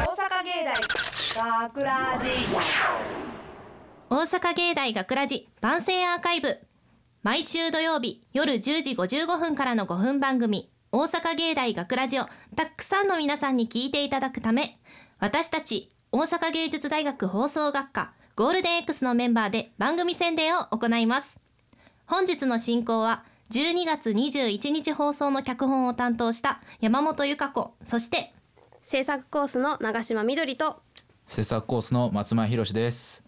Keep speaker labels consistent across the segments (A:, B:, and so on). A: 芸大学ラジ
B: 大阪芸大学ラジ番宣アーカイブ毎週土曜日夜10時55分からの5分番組大阪芸大学ラジをたくさんの皆さんに聞いていただくため私たち大阪芸術大学放送学科ゴールデン X のメンバーで番組宣伝を行います本日の進行は12月21日放送の脚本を担当した山本由香子そして
C: 制作コースの長島みどりと
D: 制作コースの松前博です。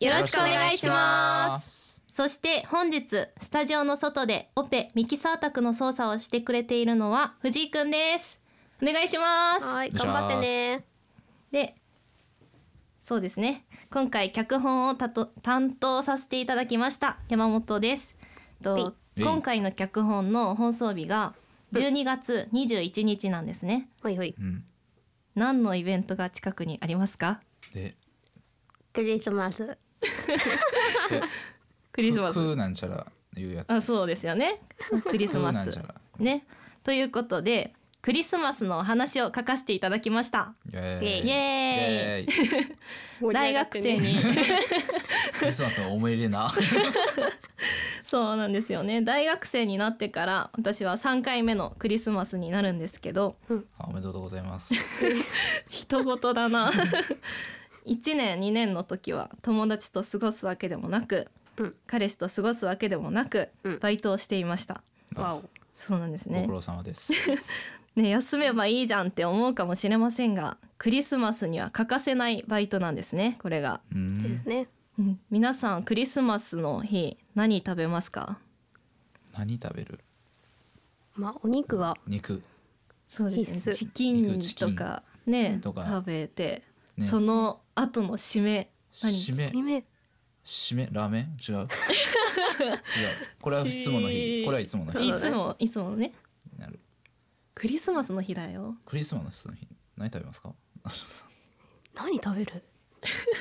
B: よろしくお願いします
D: す。
B: そして本日スタジオの外でオペミキサー宅の操作をしてくれているのは藤井くんですお願いします
C: はい
D: お願いします
C: 頑張ってね
B: でそうですね今回脚本をたと担当させていただきました山本ですと
D: はい
B: 今回の脚本の放送日が12月21日なんですね
C: ほいほい
D: うん。
B: 何のイベントが近くにありますか
D: で、
C: クリスマス
B: クリスマス
D: クーなんちゃらいうやつ。
B: あそうですよねクリスマ
D: クーなん
B: ス
D: ちゃら。
B: ねということでクリスマスのお話を書かせていただきました
D: イエーイ。
B: イエ
D: イエーイ。
B: 大学生に
D: クリスマスの思い 入れな。
B: そうなんですよね大学生になってから私は3回目のクリスマスになるんですけど
D: あおめでとうございます。
B: 人事だ な1年2年の時は友達と過ごすわけでもなく、
C: うん
B: 彼氏と過ごすわけでもなく、
C: うん
B: バイトをしていました
C: わお
B: そうなんです
D: ご
B: ね
D: 苦労様 です。
B: ね休めばいいじゃんって思うかもしれませんがクリスマスには欠かせないバイトなんですねこれが、
D: う
C: で
D: ん
C: す。ね
B: うん皆さんクリスマスの日何食べますか
D: 何食べる？
C: まあお肉は
D: 肉。
B: そう
C: ですね必須
B: チキン
D: 肉チキ
B: と
D: ン
B: かね
D: とか
B: 食べて、
D: ね
B: その後の締め何
D: 締め。
C: 姫
D: 締めラーメン？ 違う。違う。これはいつもの日。これはいつもの日
B: い
D: に
B: つもいつもね
D: なる。
B: クリスマスの日だよ
D: クリスマスの日何食べますか？ あそう
C: 何食べる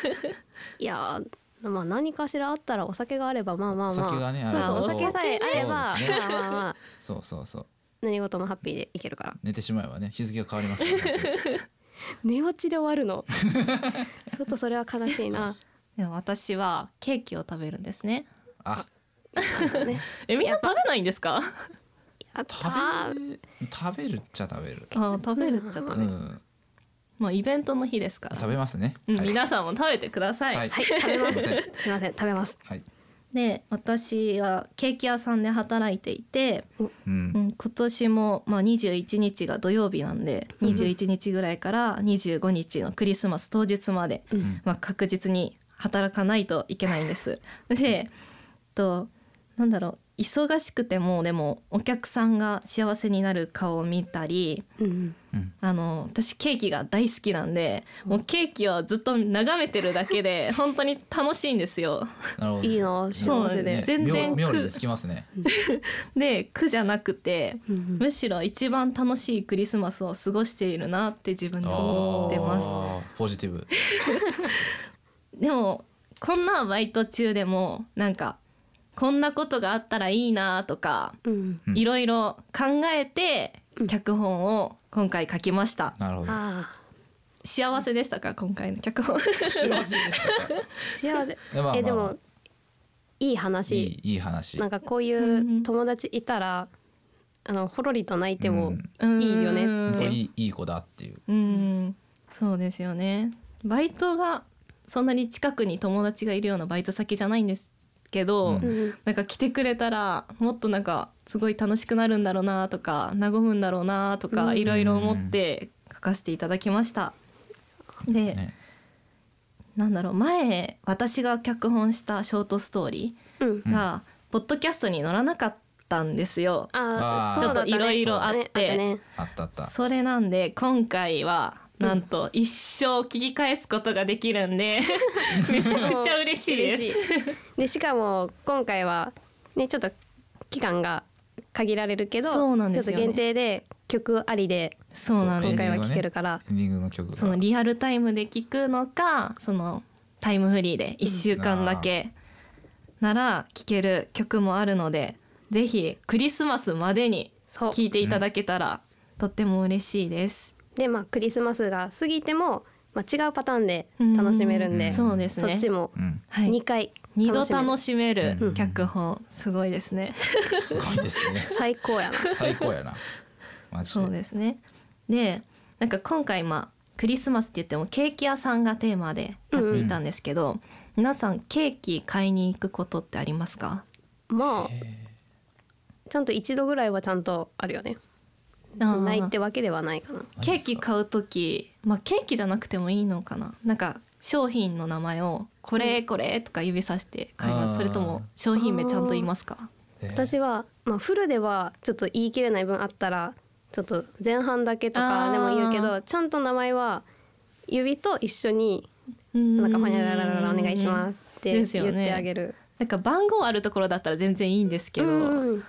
C: いやーまあ何かしらあったらお酒があればまあまあまあ
D: お酒がね
C: ま
D: あ
C: あ
B: れば
C: お酒さえあればまあ
D: そうですね
C: まあまあ
D: そうそうそう。
C: 何事もハッピーでいけるから
D: 寝てしまえばね日付が変わりますから、ね。
C: 寝落ちで終わる のちょっとそれは悲しいな
B: でも私はケーキを食べるんですね
D: あ
C: ね
B: えみんな食べないんですか
C: やったー
D: 食べ食べるっちゃ食べる。
B: あ食べるっちゃ
D: う
B: 食べる、
D: ん
B: もうイベントの日ですから
D: 食べますね。
B: うん
D: はい
B: 皆さんも食べてください、
D: はい
C: はい食べます
D: すいません
C: すいません食べます
D: はい。
B: で私はケーキ屋さんで働いていて、
D: う。
B: うんん、今年も、まあ、21日が土曜日なんで21日ぐらいから25日のクリスマス当日まで、
D: うん
B: まあ、確実に働かないといけないん です。でとなんだろう忙しくてもでもお客さんが幸せになる顔を見たり
C: うん
D: うん。
B: あの私ケーキが大好きなんでもうケーキをずっと眺めてるだけで本当に楽しいんですよ。
D: なるほど。
C: いいな幸せで
D: ね
B: 全然
D: 妙妙利
B: く
D: につきますね。
B: で苦じゃなくて
C: うんうん
B: むしろ一番楽しいクリスマスを過ごしているなって自分で思ってます
D: あーポジティブ。
B: でもこんなバイト中でもなんかこんなことがあったらいいなとか
C: うん
D: うん
B: いろいろ考えて
C: うん
B: 脚本を今回書きました
D: なるほど。
C: あ
B: 幸せでしたか今回の脚 本
D: 幸せでしたか。
C: あ 幸せ
D: えまあ
C: えで
D: まあ
C: もいい
D: い
C: 話
D: いいい話。
C: なんかこうい
B: んうん
C: う友達いたらあのほろりと泣いて
D: う
C: も
D: ん
C: いいよね
B: う
D: 本
B: ん
C: っ
D: 当
C: て
D: にいいいい子だっていう。
B: うんそうですよねバイトがそんなに近くに友達がいるようなバイト先じゃないんですけど、
D: うん
C: うん
B: なんか来てくれたらもっとなんかすごい楽しくなるんだろうなとか和むんだろうなとか
C: うん
B: いろいろ思って書かせていただきました。で、
D: ね。
B: なんだろう前私が脚本したショートストーリ
C: うん
B: ーが、ポッドキャストに載らなかったんですよ。
C: ああ
D: あー
C: そうだ
B: ちょっと色々あって
C: そうだね
D: あったあった。
B: それなんで今回はなんと一生聞き返すことができるんで、めちゃくちゃ嬉しいです。
C: 嬉しいでしかも今回はねちょっと期間が限られるけど
B: そうなんですよね
C: ちょっと限定で曲ありで
B: そうなん
C: 今
B: です
C: 回は聴けるから、
D: エンディングの曲が。
B: そのリアルタイムで聞くのかそのタイムフリーで1週間だけなら聴ける曲もあるのでぜひクリスマスまでに
C: そう
B: 聴いていただけたらとっても嬉しいです。
C: でまあクリスマスが過ぎてもまあ、違うパターンで楽しめるんで、
D: うん
B: そうです
C: そ
B: ね
C: っちも
D: うん、
B: はい
C: 2回
B: 二度
C: 楽しめる
B: 楽しめ
D: う
B: る
D: ん
B: 脚本すごいですね
D: すごいです ね
C: 最高やな
D: 最高やなマジで
B: そうですねでなんか今回まあクリスマスって言ってもケーキ屋さんがテーマでやっていたんですけど、皆さんケーキ買いに行くことってありますか
C: まあ
D: え
C: ちゃんと一度ぐらいはちゃんとあるよねないってわけではないかな
D: ー
B: ケーキ買う時まあケーキじゃなくてもいいのかななんか商品の名前を「これこれ」とか指さして買います、
D: あー
B: それとも商品名ちゃんと言いますか
D: えー
C: 私は、まあ、フルではちょっと言い切れない分あったらちょっと前半だけと
B: あー
C: かでも言うけどちゃんと名前は指と一緒に「な
B: なん
C: かほにゃららららお願いします」って
B: ですよ
C: 言
B: ね
C: ってあげる。
B: なんか番号あるところだったら全然いいんですけど、
C: うんうん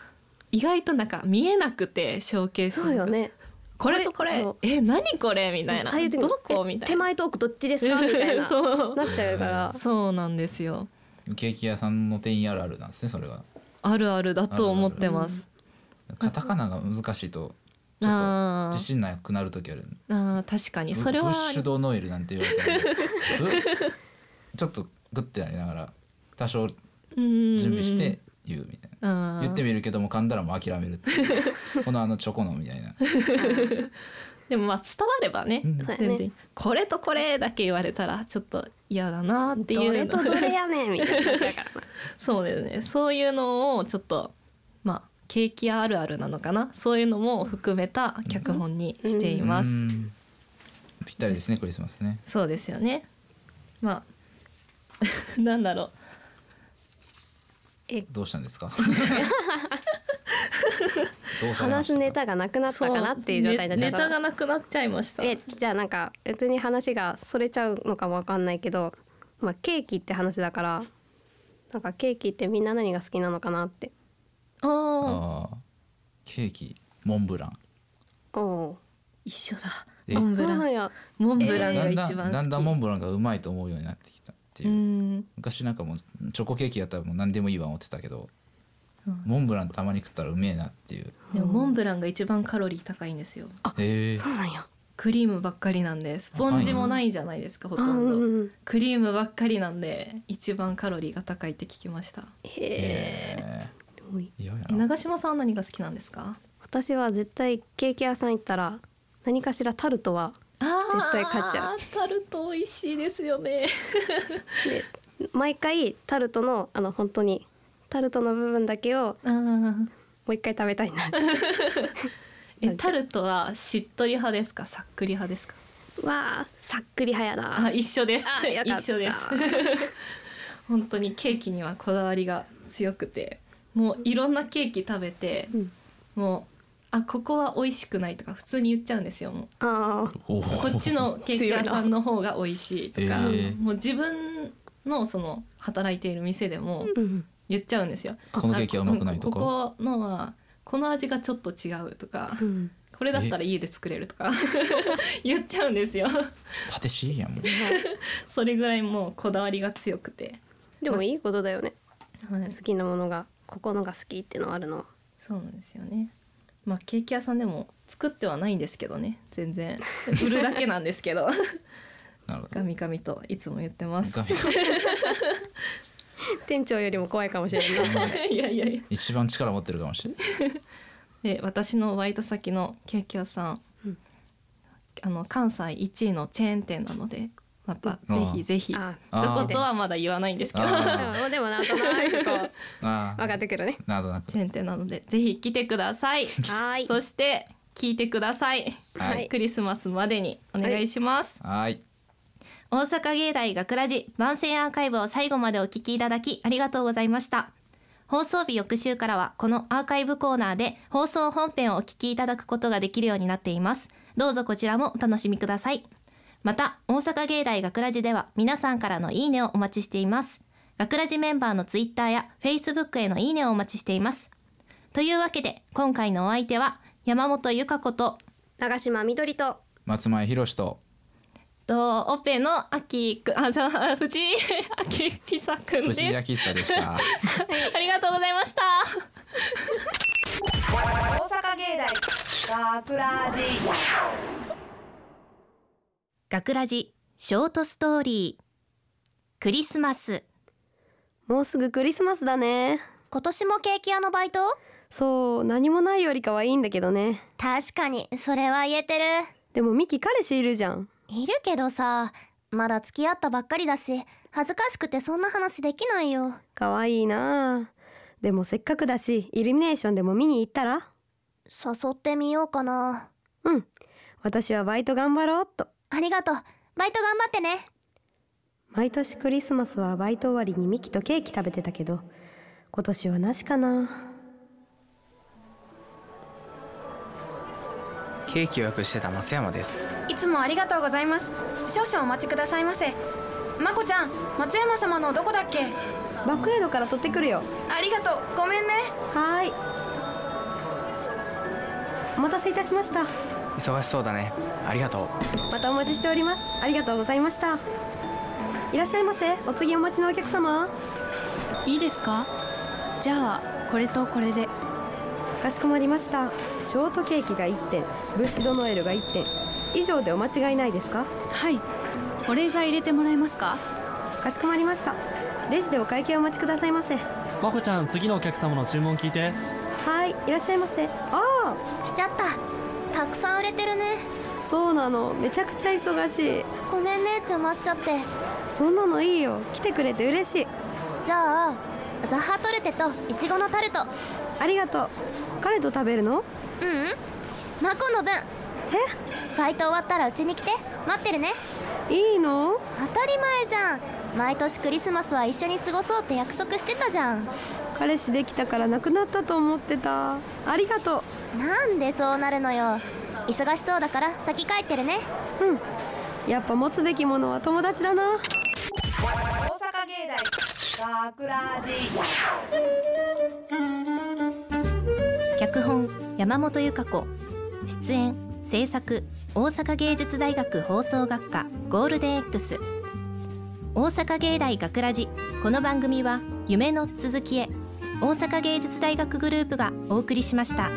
B: 意外となんか見えなくてショーケース
C: そうよね。
B: これとこれ
C: そう
B: え何これみたいな
C: 最終的
B: ど
C: に
B: こみ
C: え
B: たい
C: 手
B: な
C: 前トークどっちですかみたいな
B: そう
C: なっちゃうから。
B: そうなんですよ
D: ケーキ屋さんの店員あるあるなんですねそれが
B: あるあるだと思ってます
D: カタカナが難しいとちょっと
B: あ
D: 自
B: ー
D: 信なくなる時ある
B: あー確かに
D: ブ
B: それは
D: ブッシュドノエルなんて言われたら ぶちょっとグッてやりながら多少
B: 準
D: 準備して言うみたいな、
B: 言
D: 言ってみるけども噛んだらもう諦めるってい うこのあのチョコのみたいな
B: でもまあ伝わればね、
D: うん
C: そうや
B: 全
C: ね
B: 然これとこれだけ言われたらちょっと嫌だなっていう
C: ど
B: の
C: れとどれやねんみたいになっちゃうからな
B: そうですねそういうのをちょっとまあケーキ屋あるあるなのかなそういうのも含めた脚本にしています、
D: うんぴったりですねクリスマスね
B: そうですよねまあ なんだろう
D: どうしたんで すかどうされま
C: 話
D: し
C: す
D: たか
C: ネタがなくなったかなっていう状態になっちゃ
B: ネ
C: っ
B: ネ
C: た
B: タがなくなっちゃいました
C: えじゃあなんか別に話がそれちゃうのかもわかんないけど、まあ、ケーキって話だからなんかケーキってみんな何が好きなのかなって
B: ああ
D: あーケーキモンブラン
C: おお
B: 一緒だ
D: え
B: モンブ
C: ー
B: ラ
C: なん
B: ン
C: や
B: モンブラン
D: だ
B: が
D: ん
B: 一
D: だ
B: 番好
D: ん
B: き、
D: だんだんモンブランがうまいと思うようになってきたっていう、
B: うん
D: 昔なんかもうチョコケーキやったらもう何でもいいわ思ってたけど、
B: うん
D: モンブランたまに食ったらうめえなっていう
B: でもモンブランが一番カロリー高いんですよ
D: へえ
C: そうなんや
B: クリームばっかりなんでスポンジもないじゃないですかほ
C: あ
B: と
C: ーうん
B: ど
C: んうん
B: クリームばっかりなんで一番カロリーが高いって聞きました
C: へえ多い
D: 嫌や
B: え
D: な
B: 長島さんは何が好きなんですか
C: 私は絶対ケーキ屋さん行ったら何かしらタルトは絶対買っちゃう
B: うタルト美味しいですよね
C: で毎回タルトのあの本当にタルトの部分だけをもう一回食べた いな
B: えタルトはしっとり派ですかさっくり派ですか
C: わあさっくり早やな
B: あ一緒です
C: あよかった
B: 一緒です本当にケーキにはこだわりが強くてもういろんなケーキ食べて
C: うん
B: もうあここは美味しくないとか普通に言っちゃうんですよもう
C: あー
D: おー
B: こっちのケーキ屋さんの方が美味しいとか、
D: 強いな
B: もう自分のその働いている店でも
C: うん
B: 言っちゃうんですよ。
D: このケーキはうまくないとか
B: あここのはこの味がちょっと違うとか、
C: うん
B: これだったら家で作れると か言っちゃうんですよ。
D: パティシエやもん
B: それぐらいもうこだわりが強くて、
C: でもいいことだよね
B: はい、
C: 好きなものがここのが好きってのあるの
B: そうなんですよね。まあケーキ屋さんでも作ってはないんですけどね、全然売るだけなんですけ ど、
D: なるほど
B: ガミガミといつも言ってます
D: ガ。ミガミ
C: 店長よりも怖いかもしれない
B: いやいやいや。
D: 一番力持ってるか もしれない
B: で私のバイト先のケーキ屋さん、
C: うん
B: あの関西1位のチェーン店なのでまた
D: うん
B: ぜひぜひど
C: あ
D: あー
B: ことはまだ言わないんですけど
D: あー
C: でもでもなんとなくこう
D: あ
C: 分かっててくるね
D: なんとなく
B: チェーン店なのでぜひ来てください
C: はーい
B: そして聞いてください、
D: はい
B: クリスマスまでにお願いします、
D: はい
B: 大阪芸大学ラジ番宣アーカイブを最後までお聞きいただきありがとうございました放送日翌週からはこのアーカイブコーナーで放送本編をお聞きいただくことができるようになっていますどうぞこちらもお楽しみくださいまた大阪芸大学ラジでは皆さんからのいいねをお待ちしています学ラジメンバーのツイッターやフェイスブックへのいいねをお待ちしていますというわけで今回のお相手は山本由香子と
C: 長島みどりと
D: 松前博と
B: とオペのアキくあじゃ あ藤井アキ久くんで
D: 藤
B: す
D: 井明久 でした。
B: ありがとうございました
A: 大阪芸大学ラジ
B: 学ラジショートストーリークリスマス
E: もうすぐクリスマスだね
F: 今年もケーキ屋のバイト
E: そう何もないよりかはいいんだけどね
F: 確かにそれは言えてる
E: でもミキ彼氏いるじゃん
F: いるけどさまだ付き合ったばっかりだし恥ずかしくてそんな話できないよ
E: 可愛いなあでもせっかくだしイルミネーションでも見に行ったら
F: 誘ってみようかな
E: うん私はバイト頑張ろうっと
F: ありがとうバイト頑張ってね
E: 毎年クリスマスはバイト終わりにミキとケーキ食べてたけど今年はなしかな
G: ケーキ予約してた松山です
H: いつもありがとうございます。少々お待ちくださいませ。まこちゃん、松山様のどこだっけ？
E: バックヤードから取ってくるよ
H: ありがとう。ごめんね。
E: はーいお待たせいたしました
G: 忙しそうだねありがとう
E: またお待ちしておりますありがとうございましたいらっしゃいませお次お待ちのお客様
I: いいですかじゃあこれとこれで
E: かしこまりましたショートケーキが1点ブッシュドノエルが1点以上でお間違いないですか
I: はい保冷剤入れてもらえますか
E: かしこまりましたレジでお会計お待ちくださいませは
J: まこちゃん次のお客様の注文聞いて
E: ーいいらっしゃいませああ
F: 来ちゃったたくさん売れてるね
E: そうなのめちゃくちゃ忙しい
F: ごめんね邪魔しちゃって
E: そんなのいいよ来てくれて嬉しい
F: じゃあザハトルテとイチゴのタルトう
E: ありがとう彼と食べるの
F: うんマコの分
E: え
F: バイト終わったらうちに来て待ってるね
E: いいの
F: 当たり前じゃん毎年クリスマスは一緒に過ごそうって約束してたじゃん
E: 彼氏できたから亡くなったと思ってたありがと
F: なんでそうなるのよ忙しそうだから先帰ってるね
E: ううんやっぱ持つべきものは友達だな
A: 大阪芸大桜寺
B: 脚本山本由香子出演制作大阪芸術大学放送学科ゴールデン X 大阪芸大学ラジこの番組は夢の続きへ大阪芸術大学グループがお送りしました。